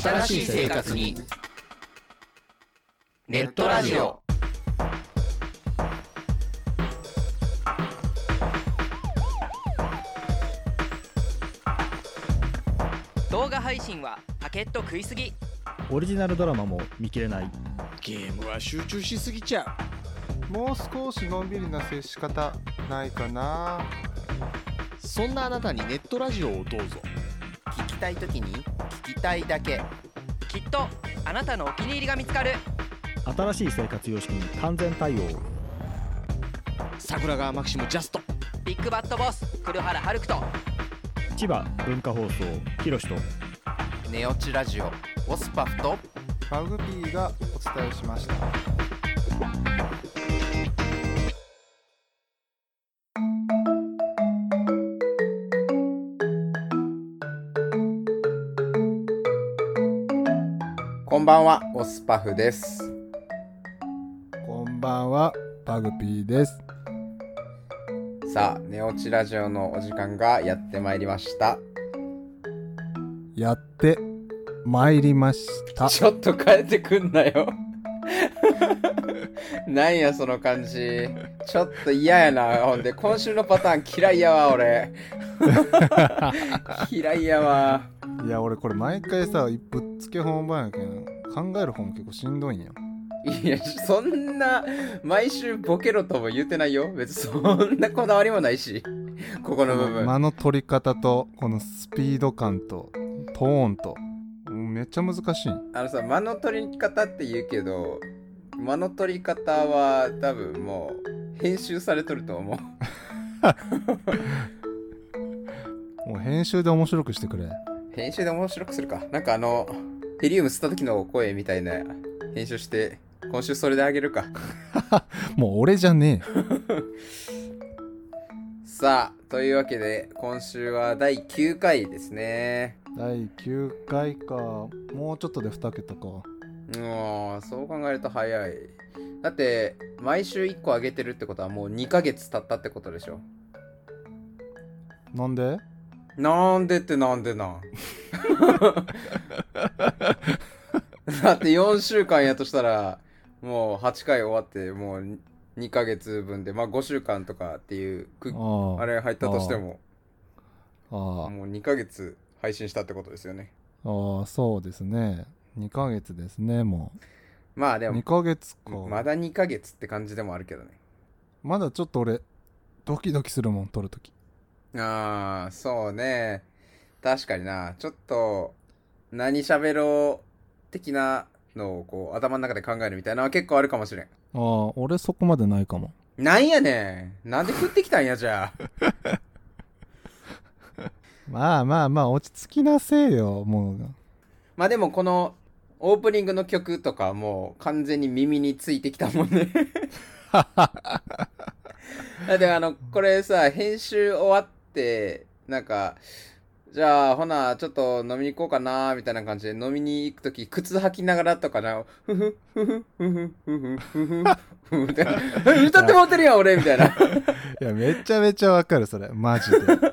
新しい生活にネットラジオ動画配信はパケット食いすぎオリジナルドラマも見切れないゲームは集中しすぎちゃうもう少しのんびりな接し方ないかなそんなあなたにネットラジオをどうぞ聞きたいときに聞きたいだけきっとあなたのお気に入りが見つかる新しい生活様式に完全対応桜川マキシムジャストビッグバットボス黒原遥人千葉文化放送ひろしとネオチラジオオスパフとマグピーがお伝えしましたこんばんはオスパフですこんばんはバグピーですさあネオチラジオのお時間がやってまいりましたやってまいりましたちょっと変えてくんなよ なんやその感じちょっと嫌やなほんで今週のパターン嫌いやわ 俺嫌いやわいや俺これ毎回さぶっつけ本番やけん考える本結構しんどいんやいやそんな毎週ボケろとも言うてないよ別にそんなこだわりもないしここの部分間の取り方とこのスピード感とトーンとうんめっちゃ難しいあのさ間の取り方って言うけど間の取り方は多分もう編集されとると思うもう編集で面白くしてくれ編集で面白くするかなんかあのヘリウム吸った時の声みたいな編集して今週それであげるかもう俺じゃねさあというわけで今週は第9回ですねえ第9回かもうちょっとで2桁かうんそう考えると早いだって毎週1個あげてるってことはもう2ヶ月経ったってことでしょなんでなんでってなんでなん だって4週間やとしたらもう8回終わってもう2ヶ月分でまあ5週間とかっていうくああれ入ったとしてもあもう2ヶ月配信したってことですよねああそうですね2ヶ月ですねもまあでう2もヶ月かまだ2ヶ月って感じでもあるけどねまだちょっと俺ドキドキするもん撮るときああそうね確かになちょっと何喋ろう的なのをこう頭の中で考えるみたいなのは結構あるかもしれんああ俺そこまでないかもなんやねんなんで食ってきたんやじゃあまあまあまあ落ち着きなせえよもうまあでもこのオープニングの曲とかもう完全に耳についてきたもんね だってあのこれさ編集終わってなんかじゃあほなちょっと飲みに行こうかなみたいな感じで飲みに行く時靴履きながらとかなふふふふふふふふふふふって歌ってもってるやん俺みたいないやめちゃめちゃわかるそれマ ジで普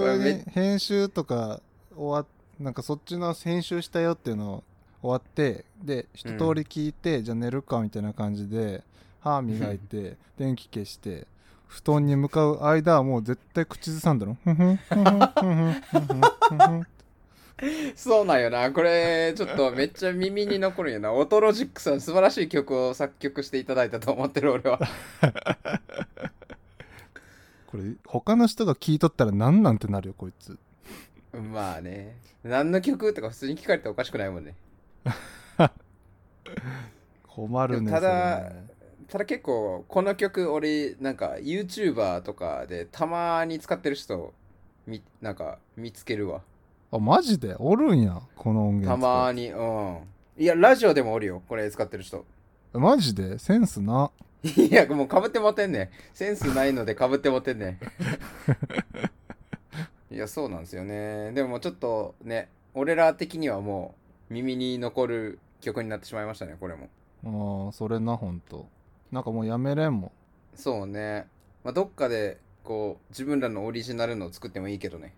これ通に編集とか終わなんかそっちの編集したよっていうのを終わってで一通り聞いて、じゃあ寝るかみたいな感じで歯磨い て電気消して布団に向かう間はもう絶対口ずさんだろふふんふふんふふんふふんふふんそうなんよな。これ、ちょっとめっちゃ耳に残るんよな。オトロジックさん、素晴らしい曲を作曲していただいたと思ってる俺は。これ他の人が聞いとったらなんなんてなるよこいつまあね。何の曲とか普通に聞かれておかしくないもんね。困るねただそれねただ結構、この曲、俺、なんか YouTuber とかでたまに使ってる人、みなんか見つけるわ。あマジでおるんやこの音源たまに、うん。いや、ラジオでもおるよ。これ使ってる人。 マジでセンスないや、もうかぶってもてんねん。センスないのでかぶってもてんねん。いや、そうなんですよね。でもちょっとね、俺ら的にはもう耳に残る曲になってしまいましたね、これも。ああそれなほんとなんかもうやめれんもそうね。まあ、どっかで、こう、自分らのオリジナルのを作ってもいいけどね。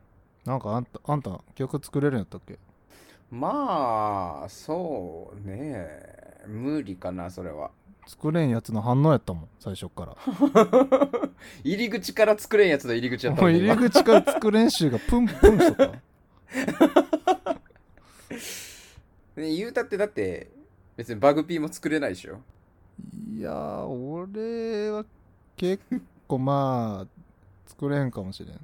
んなんかあんたあんた曲作れるんやったっけまあ、そうね。無理かな、それは。 作れんやつの反応やったもん最初から入り口から作れんやつの入り口やったももうん入り今口から作れん集がプンプンしとった ね言うたって、だって、別にバグピーも作れないでしょ。いやー俺は結構まあ作れんかもしれん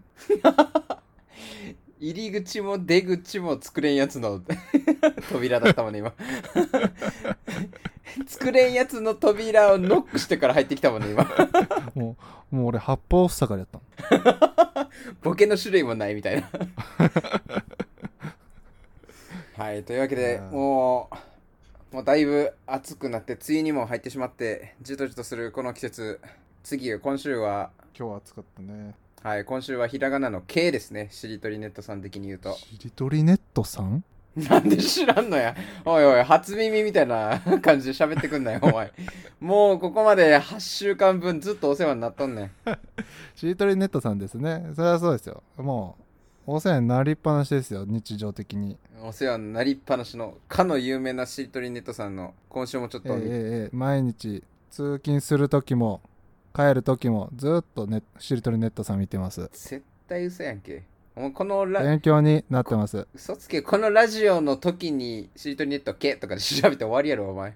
入り口も出口も作れんやつの 扉だったもんね、今。 作れんやつの扉をノックしてから入ってきたもんね、今。もうもう俺八方塞がりやったもんボケの種類もないみたいな。はい、というわけで、うんもう、もうだいぶ暑くなって、梅雨にも入ってしまって、じとじとするこの季節。次、今週は、今日は暑かったねはい、今週はひらがなの K ですね。しりとりネットさん的に言う と。しりとりネットさんなんで知らんのや。おいおい、初耳みたいな 感じで喋ってくんなよ、お前。もうここまで8週間分ずっとお世話になっとんねん。しりとりネットさんですねそれはそうですよもうお世話になりっぱなしですよ日常的にお世話になりっぱなしの、かの有名なしりとりネットさんの、今週もちょっえとえ見てええ毎日通勤する時も帰る時もずっとねしりとりネットさん見てます絶対嘘やんけ。もうこのラ、勉強になってます嘘つけ、このラジオの時に、しりとりネットけとかで 調べて終わりやろ、お前。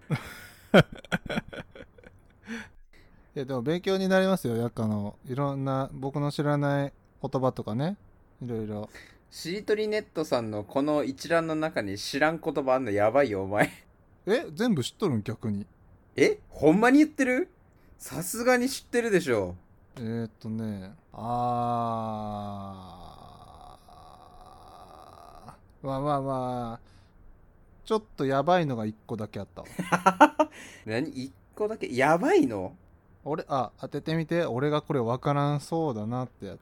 いやでも勉強になりますよやっかのいろんな僕の知らない言葉とかねいろいろしりとりネットさんのこの一覧の中に知らん言葉あんのやばいよ、お前。え全部知っとるん逆にえほんまに言ってるさすがに知ってるでしょ。えー、っとねあーまあまあまあちょっとやばいのが1個だけあったわ何一個だけやばいの俺あ当ててみて俺がこれ分からんそうだなってやつ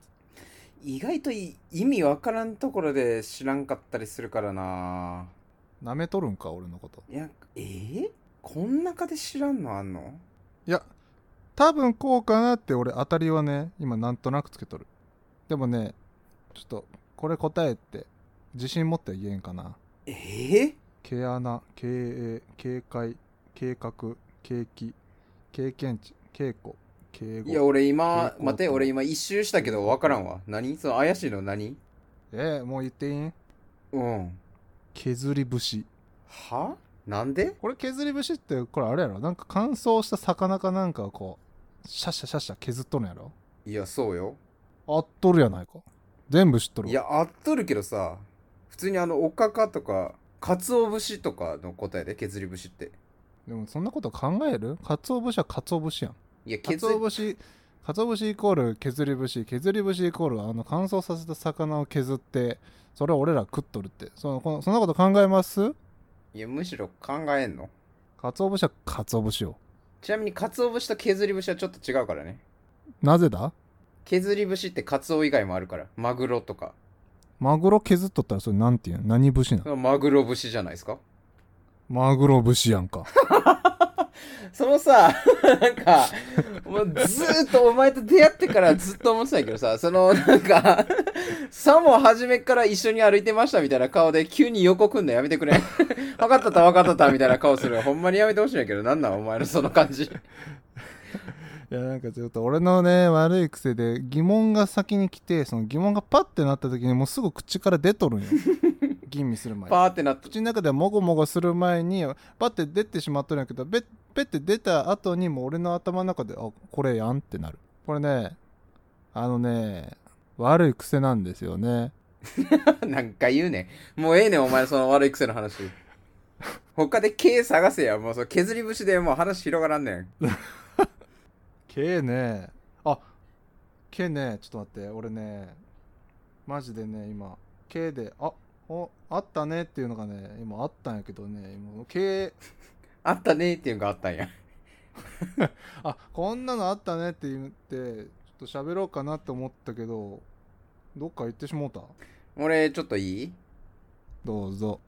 意外とい意味わからんところで知らんかったりするからななめとるんか俺のこといやえー、こん中で知らんのあんのいや多分こうかなって俺当たりはね今なんとなくつけとるでもねちょっとこれ答えって自信持って言えんかなえー、毛穴経営警戒計画景気経験値稽古敬いや語俺今こう待て俺今一周したけどわからんわ何その怪しいの何えー、もう言っていいんうん削り節はなんでこれ削り節ってこれあれやろなんか乾燥した魚かなんかをこうシャッシャシャッシャ削っとるんやろいやそうよあっとるやないか全部知っとるわいや合っとるけどさ普通にあのおかかとか鰹節とかの答えで削り節ってでもそんなこと考える鰹節は鰹節やんいや削鰹節鰹節イコール削り節削り節イコールあの乾燥させた魚を削ってそれを俺ら食っとるってそのこのそんなこと考えますいやむしろ考えんの鰹節は鰹節よちなみに鰹節と削り節はちょっと違うからねなぜだ削り節ってカツオ以外もあるからマグロとかマグロ削っとったらそれなんていうの何節なのマグロ節じゃないですかマグロ節やんかそのさ なんかもうずーっとお前と出会ってからずっと思ってたんやけどさそのなんかさも初めから一緒に歩いてましたみたいな顔で急に横組んのやめてくれ分かったった分かったったみたいな顔するほんまにやめてほしいんやけどなんなんお前のその感じ いやなんかちょっと俺のね悪い癖で疑問が先に来てその疑問がパッてなった時にもうすぐ口から出とるん よ吟味する前にパーってなって口の中でもごもごする前にパッて出てしまっとるんやけどべペッて出た後にもう俺の頭の中であこれやんってなるこれねあのね悪い癖なんですよねなんか言うねん。もうええねん、お前、その悪い癖の話。他で毛探せや。もう、その削り節でもう話広がらんねん。けねあけねちょっと待って俺ねマジでね今けであおあったねっていうのがね今あったんやけどね今けあったねーっていうのがあったんや。あこんなのあったねって言ってちょっと喋ろうかなって思ったけどどっか行ってしもうた俺、ちょっといいどうぞ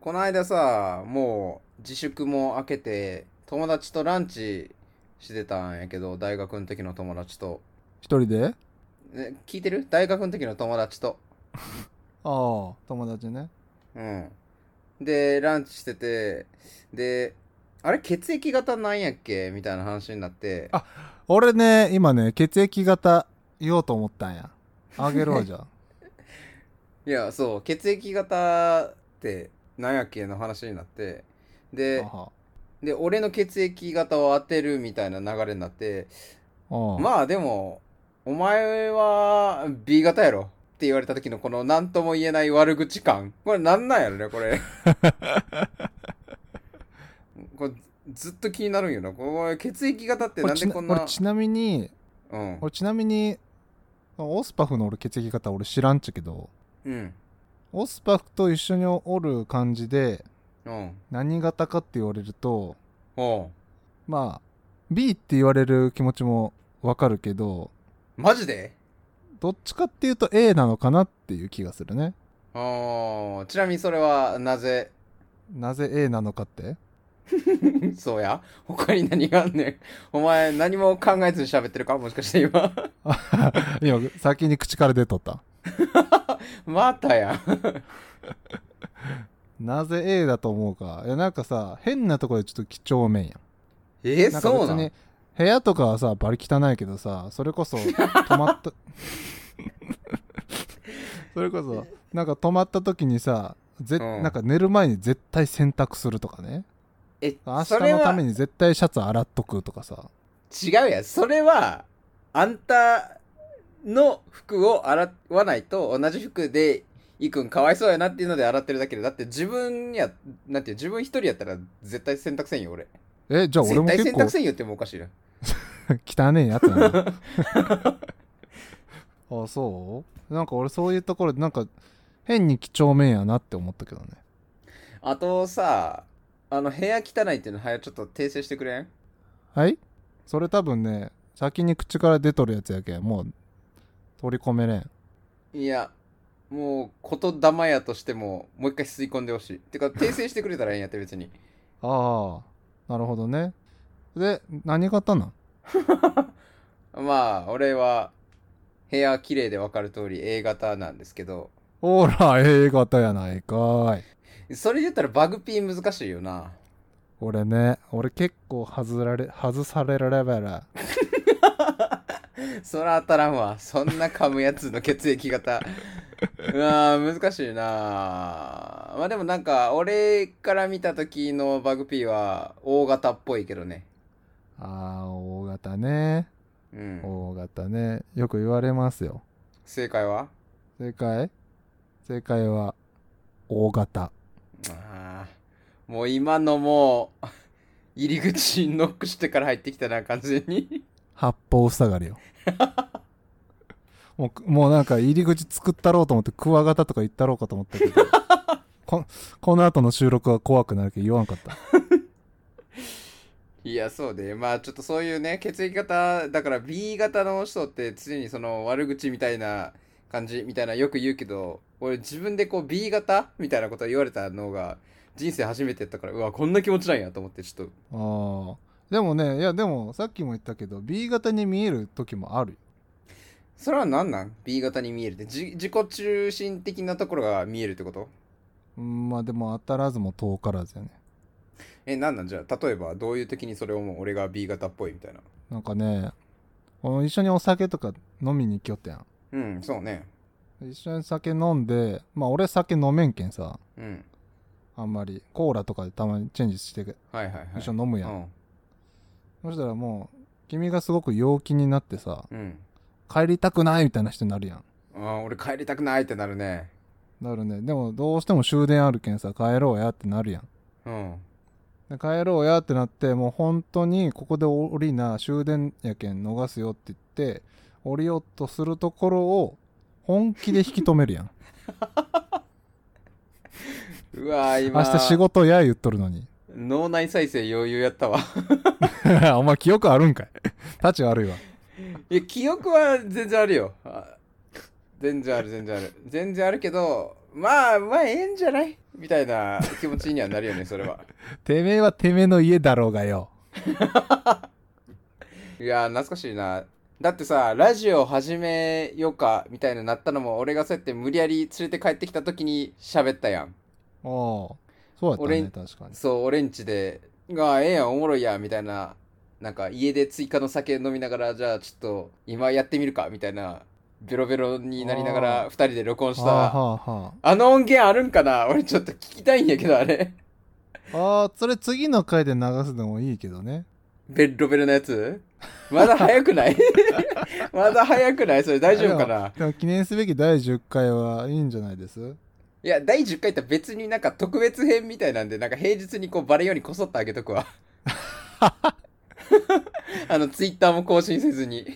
この間さ、もう、自粛も明けて、友達とランチしてたんやけど、大学の時の友達と。一人でえ聞いてる大学の時の友達と。ああ友達ねうん。で、ランチしてて、で、あれ血液型なんやっけみたいな話になって。あ俺ね今ね血液型言おうと思ったんやあげるわじゃ あいや、そう、血液型ってなんやっけの話になって。で、あはで、俺の血液型を当てるみたいな流れになって、ああまあでも、お前は B 型やろって言われた時のこの何とも言えない悪口感。これなんなんやろね、これ。 これずっと気になるんよな。これ血液型ってな俺んちでなこんな俺。ちなみにうん。俺ちなみにオスパフの俺血液型俺知らんちゃけどうん。オスパフと一緒におる感じでうん。何型かって言われるとおうまあ B って言われる気持ちもわかるけどマジでどっちかっていうと A なのかなっていう気がするねあーちなみにそれはなぜなぜ A なのかってそうや他に何があんねん。お前何も考えずに喋ってるかもしかして今。 今先に口から出とったまたや。なぜ A だと思うかいやなんかさ変なとこでちょっと几帳面やんえなんかそう別なのに部屋とかはさバリ汚いけどさそれこそ泊 まったそれこそなんか泊まった時にさぜ、うんなんか寝る前に絶対洗濯するとかねえ、明日それのはために絶対シャツ洗っとくとかさ違うやんそれはあんたの服を洗わないと同じ服で行くんかわいそうやなっていうので洗ってるだけでだって自分やなんていう自分一人やったら絶対洗濯せんよ俺えじゃあ俺絶も対結洗構濯せんよってもおかしいな 汚ねえやつなんだあそうなんか俺そういうところでなんか変に几帳面やなって思ったけどねあとさあの部屋汚いっていうのはやちょっと訂正してくれんはいそれ多分ね先に口から出とるやつやけんもう取り込めれんいやもう言霊やとしてももう一回吸い込んでほしいてか訂正してくれたらええんやって別にああなるほどねで何型なんまあ俺は部屋綺麗で分かる通り A 型なんですけどほら A 型やないかーいそれで言ったらバグピー難しいよな。俺ね俺結構外られ外されらればらそら当たらんわ。そんな噛むやつの血液型。うわー難しいなまあでもなんか、俺から見た時のバグピーは大型っぽいけどね。あー O 型ねうん。 O 型ねよく言われますよ正解は正解正解は O 型あーもう今のもう、 入り口にノックしてから入ってきたな、完全に。八方塞がりよもうくもうなんか入り口作ったろうと思ってクワガタとか言ったろうかと思ったけどここの後の収録は怖くなるけど言わんかったいや、そうで。まあちょっとそういうね、血液型、だから B 型の人って常にその悪口みたいな感じみたいなよく言うけど、俺自分でこう B 型みたいなこと言われたのが人生初めてやったから、うわ、こんな気持ちなんやと思ってちょっと。あーでもねいやでもさっきも言ったけど B 型に見える時もあるよそれは何なん ?B 型に見えるって。じ自己中心的なところが見えるってことうんまあでも当たらずも遠からずよねえ、何なんじゃあ、例えばどういう時にそれをもう俺が B 型っぽいみたいな。なんかねこの一緒にお酒とか飲みに行きよったやんうん、そうね。一緒に酒飲んでまあ俺酒飲めんけんさうん。あんまりコーラとかでたまにチェンジしてはいはいはい。一緒に飲むやん、うそしたらもう君がすごく陽気になってさん。うん。帰りたくないみたいな人になるやんあー俺帰りたくないってなるね。なるねでもどうしても終電あるけんさ帰ろうやってなるやんうん。で帰ろうやってなってもう本当にここで降りな終電やけん逃すよって言って降りようとするところを本気で引き止めるやんうわー、明 今。日仕事や言っとるのに 脳内再生余裕やったわ お前記憶あるんかい立ち悪いわいや記憶は全然あるよあ全然ある全然ある全然あるけどまあまあええんじゃないみたいな気持ちにはなるよねそれはてめえはてめえの家だろうがよいやー懐かしいなだってさラジオ始めようかみたいななったのも俺がそうやって無理やり連れて帰ってきた時に喋ったやんおうそうやった俺ねん確かにそう、俺んちで、が、ええやん、おもろいやん、みたいな、なんか家で追加の酒飲みながら、じゃあちょっと今やってみるか、みたいな、ベロベロになりながらあ2人で録音しあーた。はあはあの音源あるんかな俺ちょっと聞きたいんやけど、あれ。ああーそれ次の回で流すのもいいけどねベロベロのやつまだ早くない まだ早くないそれ大丈夫かなでも記念すべき第10回はいいんじゃないですいや、第10回とは別になんか特別編みたいなんで、なんか平日にこうバレようにこそっとあげとくわ。あの、ツイッターも更新せずに。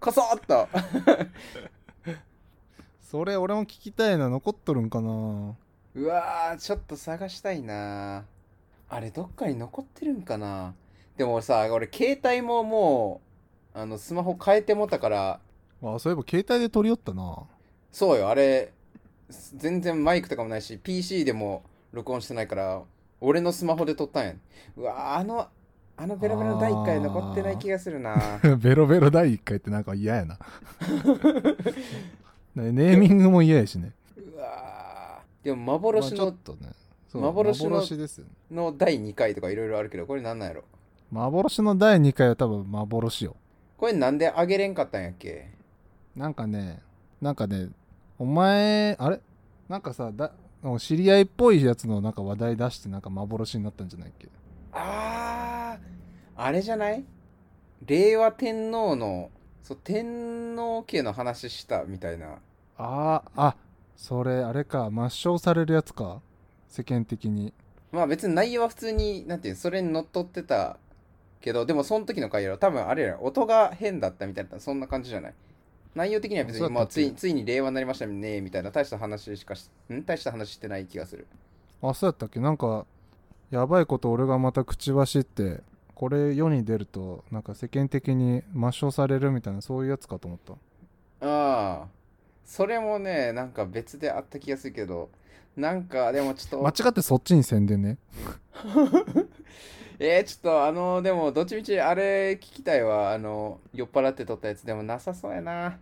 こそっと。それ俺も聞きたいな残っとるんかなうわー、ちょっと探したいなあれ、どっかに残ってるんかなでもさ、俺、携帯ももう、あの、スマホ変えてもたから、あそういえば携帯で撮りよったな そうよ、あれ、す全然マイクとかもないし、PC でも録音してないから、俺のスマホで撮ったんやん。うわ、あの、あのベロベロの第1回残ってない気がするな。ベロベロ第1回ってなんか 嫌やなねネーミングも嫌やしね、うわでもまあ幻ちょっのとね幻の幻ですよねの第2回とかいろいろあるけど、これなんなんやろ幻の第2回は多分幻よこれなんであげれんかったんやっけなんかねなんかねお前あれなんかさだ知り合いっぽいやつのなんか話題出してなんか幻になったんじゃないっけあー、あれじゃない令和天皇の、そう、天皇家の話したみたいな。あーあそれあれか抹消されるやつか世間的にまあ別に内容は普通に、なんていうのそれにのっとってたけど、でもその時の回やろ、多分あれやろ、音が変だったみたいな、そんな感じじゃない内容的には別そうに、まだったあっけついついに令和になりましたね、みたいな、大した話しかし、ん大した話してない気がする。あそうやったっけなんかやばいこと俺がまた口走ってこれ世に出るとなんか世間的に抹消されるみたいなそういうやつかと思ったああ、それもね、なんか別であった気がするけど、なんかでもちょっ間と、違ってそっちに宣伝ねえー、ちょっとあの、でもどっちみちあれ聞きたいわ、あの、酔っ払って撮ったやつでもなさそうやな。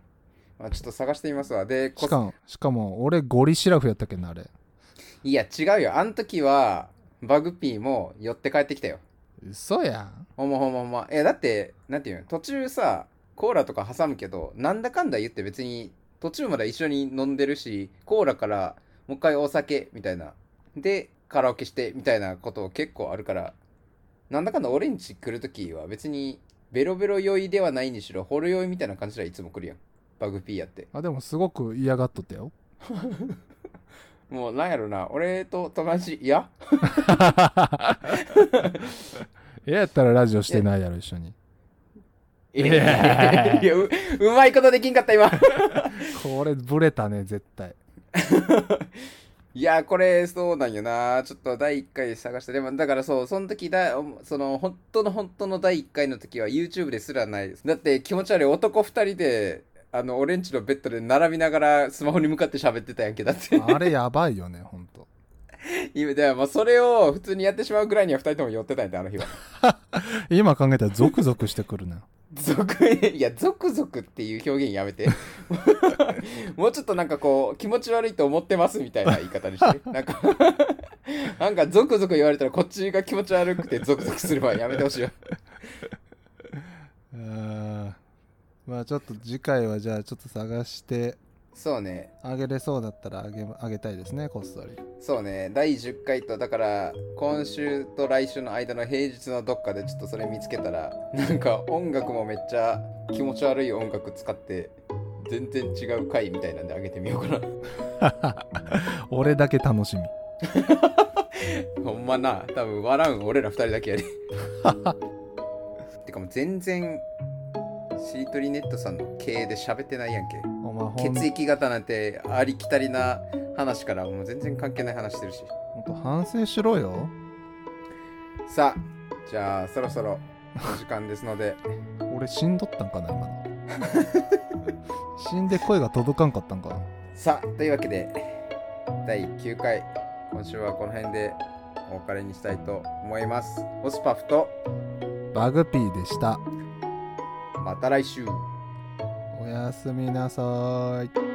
まあ、ちょっと探してみますわ。で、こしかもしかも俺ゴリシラフやったっけなあれいや違うよあん時はバグピーも寄って帰ってきたよ嘘やんほんまほんまほんまえだってなんていうの途中さコーラとか挟むけどなんだかんだ言って別に途中まで一緒に飲んでるしコーラからもう一回お酒みたいなでカラオケしてみたいなこと結構あるからなんだかんだ俺んち来る時は別にベロベロ酔いではないにしろホル酔いみたいな感じではいつも来るやんバグピーやってあでもすごく嫌がっとったよもうなんやろな俺と友達いや 嫌やったらラジオしてないやろ一緒にいや いやううまいことできんかった今 これブレたね絶対いやこれそうなんよなちょっと第1回探してでもだからそうその時だその本当の本当の第1回の時は YouTube ですらないですだって気持ち悪い男2人であの俺んちのベッドで並びながらスマホに向かって喋ってたやんけだって あれやばいよね ほんと今でもうそれを普通にやってしまうぐらいには2人とも寄ってたんやであの日は今考えたらゾクゾクしてくるな俗いやゾクゾクっていう表現や めてもうちょっとなんかこう気持ち悪いと思ってますみたいな言い方に してなんかなんかゾクゾク言われたらこっちが気持ち悪くてゾクゾクするわやめてほしいよ うーんまあちょっと次回はじゃあちょっと探してそうねあげれそうだったらあげあげたいですねこっそりそうね第10回とだから今週と来週の間の平日のどっかでちょっとそれ見つけたらなんか音楽もめっちゃ気持ち悪い音楽使って全然違う回みたいなんであげてみようかな俺だけ楽しみほんまな、多分笑うん俺ら二人だけやで。てかもう全然、しりとりネットさんの経営で喋ってないやんけ。お前ほん血液型なんてありきたりな話からもう全然関係ない話してるし。ほんと反省しろよさあ、じゃあそろそろお時間ですの で、俺死んどったんかな今 の死んで声が届かんかったんかなさあ、というわけで、第9回、今週はこの辺でお別れにしたいと思います。オスパフと、バグピーでしたまた来週おやすみなさーい